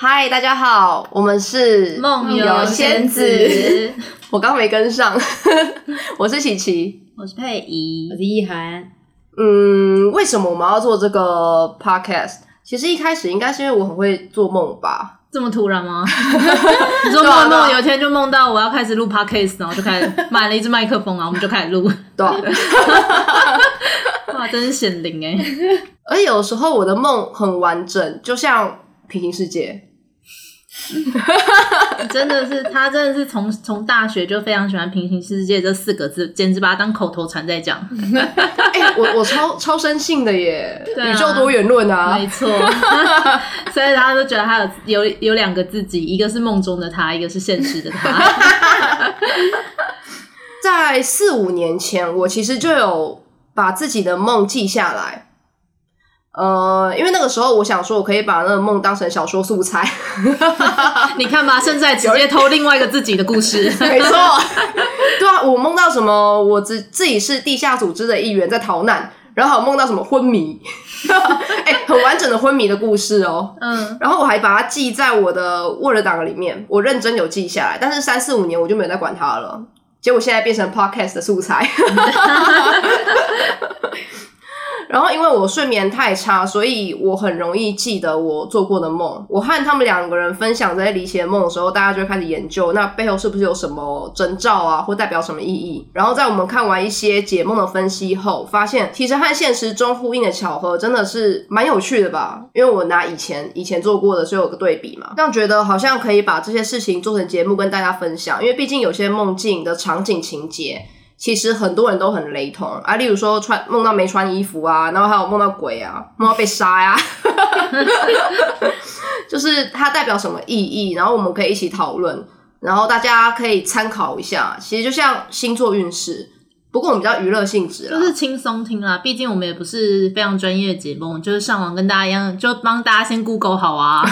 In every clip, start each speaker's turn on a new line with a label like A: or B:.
A: 嗨，大家好，我们是
B: 梦游
A: 游仙
B: 仙子，
A: 我刚没跟上， 我是琪琪。
B: 我是佩仪
C: 我。是意涵，
A: 嗯，为什么我们要做这个 podcast？其实一开始应该是因为我很会做梦吧。
B: 这么突然 吗？你说
A: 对啊
B: 梦
A: 对啊
B: 梦，有一天就梦到我要开始录 podcast，然后就开始买了一支麦克风，然后我们就开始 录。
A: 对啊、
B: 哇，真是显灵哎！
A: 而且有时候我的梦很完整，就像平行世界。
B: 真的是，他真的是从从大学就非常喜欢“平行世界”这四个字，简直把它当口头禅在讲。
A: 哎、我我超超生性的耶，
B: 对啊
A: 宇宙多元论啊
B: 没。 错，所以他就觉得他有有有两个自己，一个是梦中的他，一个是现实的 他。
A: 在四五年前，我其实就有把自己的梦记下来。呃，因为那个时候我想说，我可以把那个梦当成小说素材。
B: 你看吧，现在直接偷另外一个自己的故事。
A: 没错， 对啊，我梦到什么？我自自己是地下组织的一员，在逃难，然后还有梦到什么昏迷， 哎、很完整的昏迷的故事哦。
B: 嗯，
A: 然后我还把它记在我的 Word 档里面，我认真有记下来，但是三四五年我就没有再管它了。结果现在变成 podcast 的素材。然后因为我睡眠太差，所以我很容易记得我做过的梦。我和他们两个人分享这些离奇的梦的时候，大家就会开始研究那背后是不是有什么征兆啊，或代表什么意义。然后在我们看完一些解梦的分析后，发现其实和现实中呼应的巧合真的是蛮有趣的吧？因为我拿以前以前做过的，所以有个对比嘛，让觉得好像可以把这些事情做成节目跟大家分享。因为毕竟有些梦境的场景情节其实很多人都很雷同啊，例如说穿梦到没穿衣服啊，然后还有梦到鬼啊，梦到被杀呀、 就是它代表什么意义，然后我们可以一起讨论，然后大家可以参考一下。其实就像星座运势，不过我们比较娱乐性质
B: 就
A: 啦
B: 是。轻松听啦，毕竟我们也不是非常专业的节目，就是上网跟大家一样，就帮大家先 Google 好啊，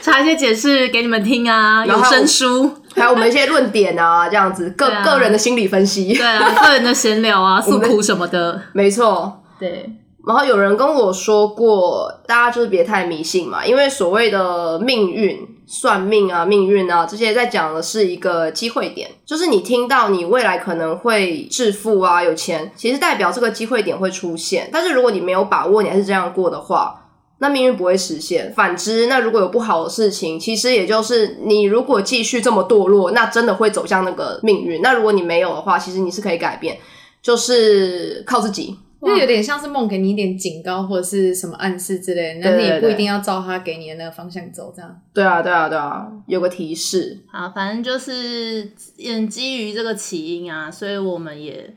B: 查一些解释给你们听啊，
A: 然
B: 有
A: 后
B: 声书，
A: 还有我们一些论点啊，这样子个、
B: 对啊
A: 个人的心理分析，
B: 对啊，个人的闲聊啊，
A: 我
B: 诉
A: 们
B: 苦什么的，
A: 没错。
B: 对，
A: 然后有人跟我说过，大家就是别太迷信嘛，因为所谓的命运、算命啊、命运啊这些，在讲的是一个机会点，就是你听到你未来可能会致富啊、有钱，其实代表这个机会点会出现。但是如果你没有把握，你还是这样过的话，那命运不会实现。反之，那如果有不好的事情，其实也就是你如果继续这么堕落，那真的会走向那个命运。那如果你没有的话，其实你是可以改变，就是靠自己。
C: 就有点像是梦给你一点警告或者是什么暗示之类的，那你
A: 对对
C: 也
A: 对
C: 不一定要照他给你的那个方向走，这样。
A: 对啊，对啊，对啊，有个提示。
B: 好，反正就是嗯，基于这个起因啊，所以我们也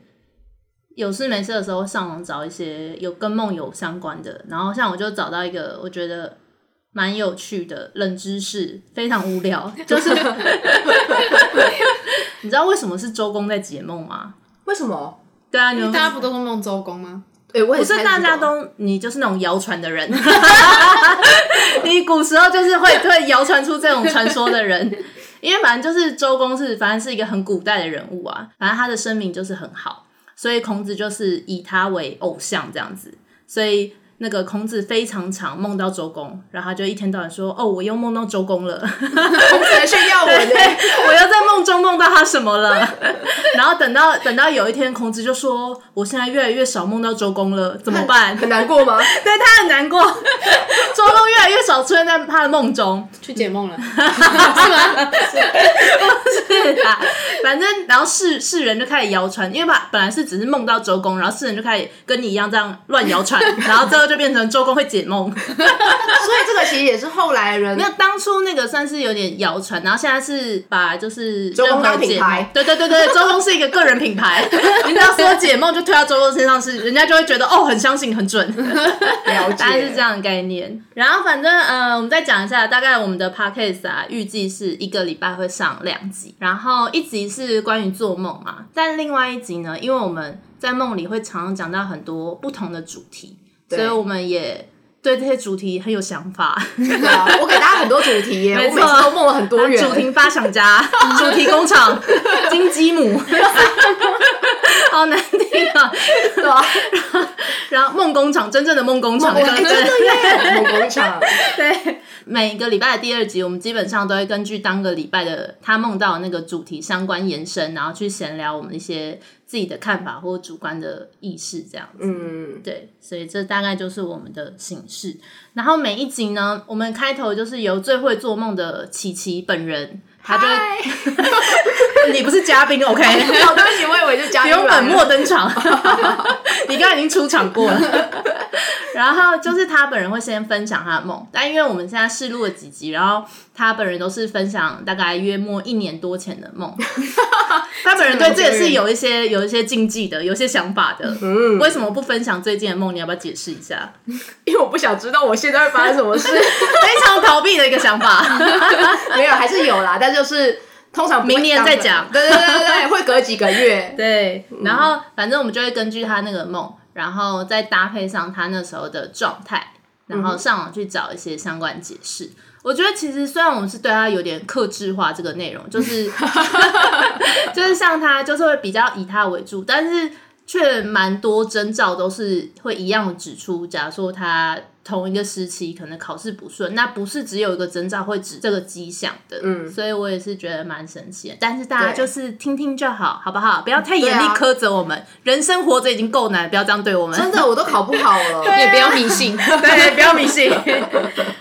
B: 有事没事的时候上网找一些有跟梦有相关的，然后像我就找到一个我觉得蛮有趣的冷知识，非常无聊，就是 你知道为什么是周公在解梦吗？
A: 为什么？
B: 对啊，你
C: 因
B: 们
C: 为大家不都说梦周公吗？
A: 哎、我也
B: 不是
A: 猜
B: 大家
A: 这个
B: 都你就是那种谣传的人， 你古时候就是会会谣传出这种传说的人，因为反正就是周公是反正是一个很古代的人物啊，反正他的声名就是很好，所以孔子就是以他为偶像这样子，所以。那个孔子非常常梦到周公，然后他就一天到晚说：“哦，我又梦到周公了。”
A: 孔子还炫耀我呢。
B: 我又在梦中梦到他什么了？然后等到等到有一天，孔子就说：“我现在越来越少梦到周公了， 怎么办？”
A: 很难过吗？
B: 对他很难 过，周公越来越少出现在他的梦中，
C: 去解梦了，是吗？
B: 对吧？反正然后世世人就开始谣传，因为把本来是只是梦到周公，然后世人就开始跟你一样这样乱谣 传，然后最后就变成周公会解梦。
A: 所以这个其实也是后来人
B: 没有当初那个算是有点谣传，然后现在是把就是
A: 周公当品牌
B: 任何解梦对对对对，周公是一个个人品牌， 人家说解梦就推到周公身上是，人家就会觉得哦很相信很准。
A: 了解，
B: 大概是这样的概念。然后反正呃，我们再讲一下，大概我们的 podcast 啊，预计是一个礼拜会上两集，然后一集是关于做梦嘛，但另外一集呢，因为我们在梦里会常常讲到很多不同的主题，
A: 对
B: 所以我们也。对这些主题很有想法，
A: 对啊我给大家很多主题耶，我
B: 没
A: 每
B: 错
A: 次都梦了很多元。
B: 啊主题发 想家、主题工厂、金鸡母， 好难听啊！
A: 对 啊，
B: 然后梦工厂，真正的梦工
A: 梦
B: 厂，
A: 工
B: 对
A: 厂
B: 对
A: 真的耶，梦工厂。
B: 对，每个礼拜的第二集，我们基本上都会根据当个礼拜的他梦到的那个主题相关延伸，然后去闲聊我们一些自己的看法或主观的意识这样子。
A: 嗯，
B: 对，所以这大概就是我们的形式。然后每一集呢，我们开头就是由最会做梦的琪琪本人，他就
A: 嗨
B: 你不是嘉宾，OK？
A: 哦，对不起，我以为就加
B: 不
A: 进来
B: 用
A: 了
B: 本末登 场，你刚刚已经出场过了。然后就是他本人会先分享他的梦，但因为我们现在试录了几集，然后他本人都是分享大概约莫一年多前的 梦。他本人对这也是有一些有一些禁忌的，有一些想法的。
A: 嗯，
B: 为什么不分享最近的梦？你要不要解释一下？
A: 因为我不想知道我现在会发生什么 事。
B: 非常逃避的一个想法。
A: 没有，还是有啦，但就是通常不会
B: 明年
A: 当
B: 再讲
A: 对对对对对，会隔几个月。
B: 对，然后反正我们就会根据他那个梦，然后再搭配上他那时候的状态，然
A: 嗯
B: 后上网去找一些相关解释。我觉得其实虽然我们是对他有点克制化这个内容，就是 就是像他就是会比较以他为主，但是却蛮多征兆都是会一样地指出，假如说他同一个时期可能考试不顺，那不是只有一个征兆会指这个迹象的，
A: 嗯
B: 所以我也是觉得蛮神奇的。但是大家
A: 对
B: 就是听听就好，好不好？不要太严厉
A: 对啊
B: 苛责我们，人生活着已经够难，不要这样对我们。
A: 真的，我都考不好了。
C: 也不要迷 信。
B: 对，不要迷信。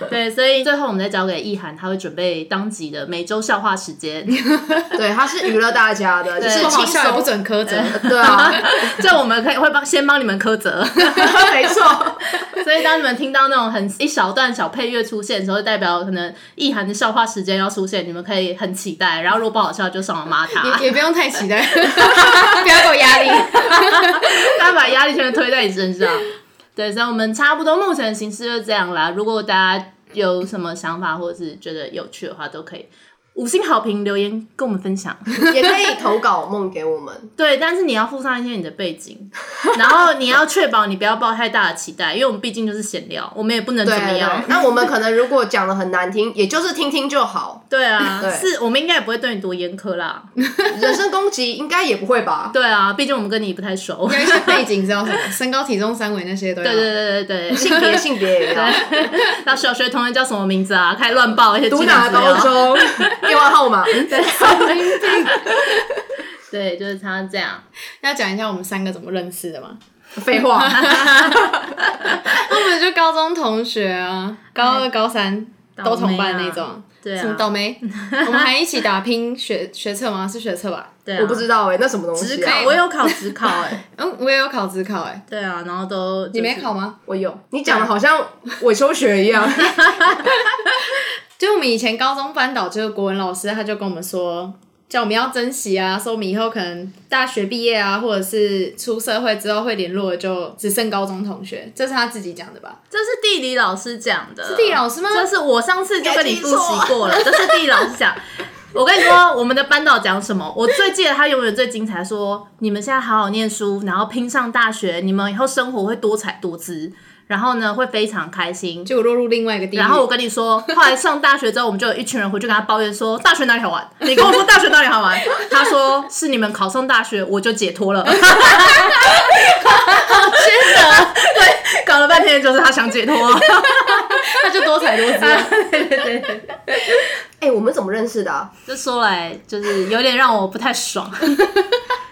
B: 对，所以最后我们再交给意涵，他会准备当集的每周笑话时间，
A: 对，他是娱乐大家的，就是
C: 不好
A: 轻
C: 笑也不
A: 松。
C: 准苛责。
A: 对啊，
B: 这我们可以会帮先帮你们苛责。
A: 没错。
B: 所以当你们听到那种很一小段小配乐出现的时候，就代表可能意涵的笑话时间要出现，你们可以很期待。然后如果不好笑，就上网骂他，
C: 也也不用太期待， 不要给我压力。
B: 大家把压力全部推在你身上。对，所以我们差不多目前的形式就这样啦。如果大家有什么想法或者是觉得有趣的话，都可以五星好评留言跟我们分享。
A: 也可以投稿梦给我们。
B: 对，但是你要附上一些你的背景，然后你要确保你不要抱太大的期待，因为我们毕竟就是闲聊，我们也不能
A: 对
B: 怎么样
A: 对。那我们可能如果讲的很难听，也就是听听就好，
B: 对啊，
A: 对
B: 是我们应该也不会对你多严苛啦。
A: 人身攻击应该也不会 吧？
B: 对啊，毕竟我们跟你不太熟。
C: 有一些背景知道什么，身高、体重、三围那些都要。
B: 对对对对对，
A: 性别性别也要，
B: 那小学同学叫什么名字啊？开始乱报一些
A: 读
B: 基本
A: 哪
B: 资料
A: 高中，电话 号码，嗯
B: 对，就是他这样。
C: 要讲一下我们三个怎么认识的吗？
A: 废话。
C: 我们就高中同学啊，高二、高三
B: 霉啊
C: 都同班那种。
B: 对
C: 什么
B: 啊，
C: 倒 霉？我们还一起打拼学学测吗？是学测吧？
B: 对啊，
A: 我不知道哎，那什么东
B: 职
A: 西啊？
B: 考，我有考职考 哎。
C: 嗯，我也有考职考哎、
B: 对啊，然后都就是
C: 你没考吗？
A: 我有，你讲的好像伪休学一 样。
C: 就我们以前高中班导就是国文老师，他就跟我们说，叫我们要珍惜啊，说我们以后可能大学毕业啊，或者是出社会之后会联络的就只剩高中同学，这是他自己讲的吧？
B: 这是地理老师讲的。是
C: 地理老师吗
B: 这是我上次就跟你复习 过了，这是地理老师讲。我跟你说，我们的班导讲什么？我最记得他永远最精彩，说你们现在好好念书，然后拼上大学，你们以后生活会多彩多姿，然后呢会非常开心。
C: 结果落入另外一个地
B: 然后我
C: 狱。
B: 跟你说，后来上大学之后，我们就有一群人回去跟他抱怨说，大学哪里好玩？ 你跟我说大学哪里好玩？他说是你们考上大学，我就解脱 了。真的，对，搞了半天就是他想解脱。
C: 他就多才多姿啊，
A: 哎，我们怎么认识的啊？
B: 这说来就是有点让我不太爽，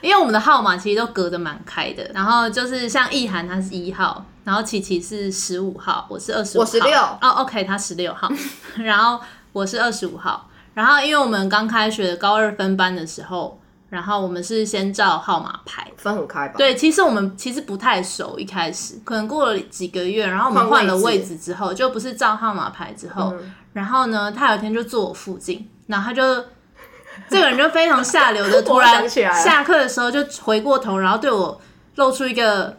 B: 因为我们的号码其实都隔得蛮开的。然后就是像意涵他是一号，然后琪琪是十五号，我是二十五，
A: 我16
B: 哦，OK，他十六号，然后我是二十五号。然后因为我们刚开学高二分班的时候，然后我们是先照号码排。
A: 分很开吧？，
B: 对，其实我们其实不太熟，一开始可能过了几个月，然后我们换
A: 换位
B: 了位
A: 置嗯
B: 置之后，就不是照号码牌之后，然后呢，他有一天就坐我附近，然后他就这个人就非常下流的，突
A: 我
B: 然
A: 想起来了
B: 下课的时候就回过头，然后对我露出一个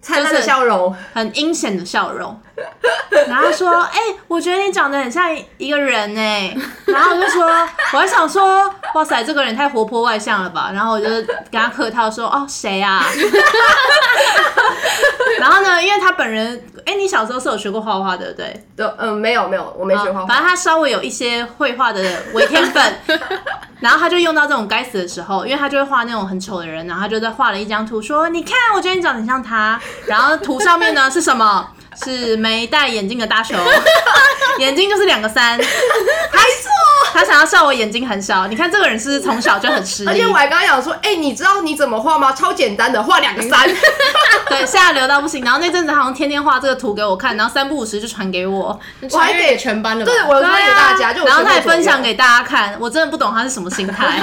A: 灿烂的笑容，
B: 很阴险的笑容， 然后说：“哎、我觉得你长得很像一个人哎、 然后我就说：“我还想说，哇塞，这个人太活泼外向了吧？”然后我就跟他客套说：“哦，谁啊？” 然后呢，因为他本人，哎、你小时候是有学过画画对不对？
A: 对，嗯，没有没有，我没学画
B: 啊
A: 画。
B: 反正他稍微有一些绘画的伪天 分，然后他就用到这种该死的时候，因为他就会画那种很丑的人，然后他就在画了一张图说：“你看，我觉得你长得很像他。” 然后图上面呢是什么？是没戴眼镜的大熊， 眼睛就是两个三，没错。他想要笑我眼睛很小，你看这个人是不是从小就很 失
A: 而
B: 礼
A: 且我，还刚讲说，哎、你知道你怎么画吗？超简单的，画两个 三。
B: 对，下流到不行。然后那阵子好像天天画这个图给我看，然后三不五时就传给我，
C: 我还给全班了吧？
A: 对，我有推
B: 对
A: 给
B: 啊
A: 大家，就我
B: 然后他也
A: 全部左右
B: 分享给大家看，我真的不懂他是什么 心态，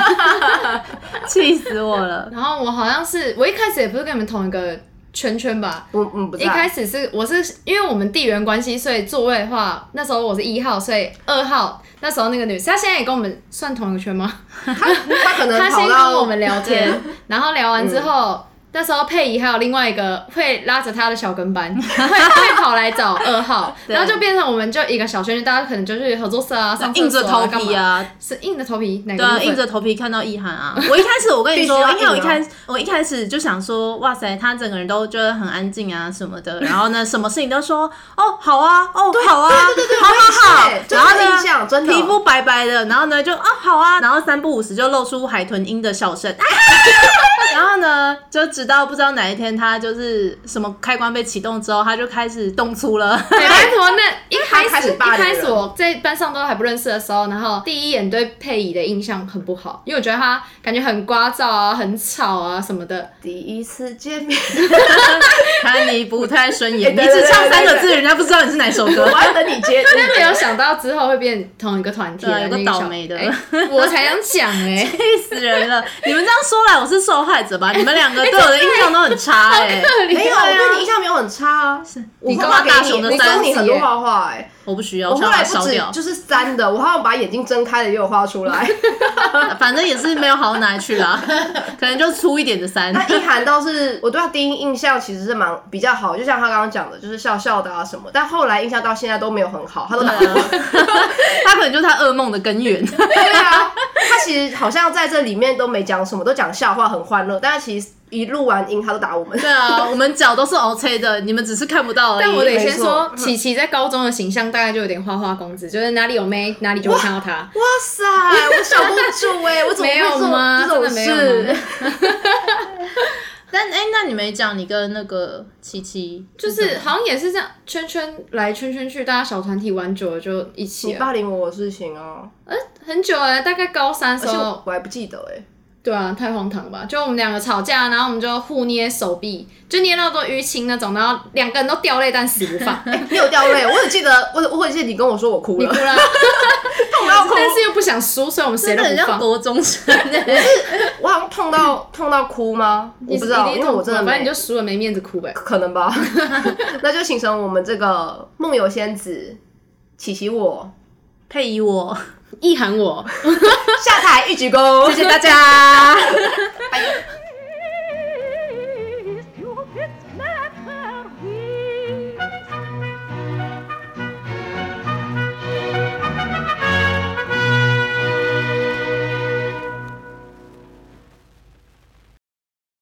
B: 气死我了。
C: 然后我好像是我一开始也不是跟你们同一个圈圈吧，
A: 我，嗯，不
C: 一开
A: 在。
C: 始是我是因为我们地缘关系，所以座位的话，那时候我是一号，所以二号那时候那个女生，她现在也跟我们算同一个 圈吗？
A: 他他可能
C: 她先
A: 跑
C: 跟
A: 到
C: 我们聊天，然后聊完之后。那时候佩仪还有另外一个会拉着她的小跟班， 会会跑来找二号，
B: 对
C: 然后就变成我们就一个小圈圈，大家可能就是合作社啊，上
B: 硬着
C: 厕所啊
B: 头皮，啊，
C: 干嘛是硬着头皮哪个
B: 对啊，
C: 部分
B: 硬着头皮看到意涵啊！我一开始我跟你说，
A: 必须要
B: 因为我一
A: 硬啊
B: 开我一开始就想说，哇塞，他整个人都觉得很安静啊什么的，然后呢，什么事情都说哦好啊，哦好啊，对对对，好好好
A: 对，这
B: 然后
A: 是
B: 呢
A: 印，象，真的
B: 啊
A: 哦
B: 皮肤白白的，然后呢就啊好啊，然后三不五时就露出海豚音的笑声，啊、 然后呢就直到不知道哪一天他就是什么开关被启动之后，他就开始动粗 了，
C: 对，拜托，那一开
A: 他开
C: 始
A: 始
C: 一
A: 霸凌
C: 开始
A: 人
C: 我在班上都还不认识的时候，然后第一眼对佩仪的印象很不好，因为我觉得她感觉很聒噪啊，很吵啊什么的。
A: 第一次见面，
B: 看你不太顺
A: 哎
B: 眼，你
A: 对
B: 只
A: 对
B: 唱
A: 对
B: 三个
A: 对
B: 字，人家不知道你是哪首歌
A: 我。还等你接。
C: 但没有想到之后会变同一个团体啊，
B: 对有个
C: 那小
B: 倒霉的
C: 哎我才想讲哎、欸，
B: 气死人了！你们这样说来，我是受害者吧？你们两个对我的印象都很差哎、
A: 没有，我对你印象没有很差啊。是，我
B: 你跟
A: 画
B: 他
A: 给
B: 大
A: 你，
B: 熊的
A: 我
B: 三
A: 送你
B: 次
A: 很多
B: 耶
A: 画画哎。
B: 我不需要，
A: 我
B: 想
A: 后
B: 把
A: 来
B: 它
A: 不
B: 烧
A: 止
B: 掉，
A: 就是 三的，我好像把眼睛睁开了也有画出来。
B: 反正也是没有好到哪里去 啦，可能就粗一点的三。
A: 那一涵倒是我对他第一印象其实是蛮比较好，就像他刚刚讲的，就是笑笑的啊什么，但后来印象到现在都没有很好，他都
C: 啊
A: 打过。
B: 他可能就是他噩梦的根源。
A: 对啊，他其实好像在这里面都没讲什么，都讲笑话很欢乐，但是其实一录完音他都打我们。
B: 对啊，我们脚都是 OK 的，你们只是看不到而已。
C: 但我得
A: 没
C: 先说
A: 错，
C: 琪琪在高中的形象大概就有点花花公子，就是哪里有妹哪里就会看到她。
A: 哇塞，我小公主哎、我怎么
C: 没有吗
A: 会做这种
C: 真的没有
A: 事
C: 吗？
B: 但哎、那你没讲你跟那个七七，
C: 就是好像也是这样，圈圈来圈圈去，大家小团体玩久了就一起
A: 你
C: 了，
A: 霸凌我的事情哦、
C: 很久了，大概高三的时
A: 而且
C: 候
A: 我，我还不记得哎、
C: 对啊，太荒唐了吧！就我们两个吵架，然后我们就互捏手臂，就捏到都淤青那种，然后两个人都掉泪，但死不放。
A: 你有掉泪，我只记得我我只记得你跟我说我哭
C: 你
A: 了
C: 哭， 了，
A: 痛啊到哭，
C: 但是又不想输，所以我们谁
B: 真
C: 都
B: 的很
C: 不
B: 像
C: 放。
B: 国中生哎、
A: 我好像痛到痛到哭吗？我不知道，
C: 你
A: 因为我真的
C: 反正
A: 没
C: 你就输了，没面子哭呗。
A: 可能吧，那就形成我们这个梦游仙子琪琪我
B: 配以我，
C: 一喊我，
A: 下台一鞠躬，
B: 谢谢大家。
A: 拜。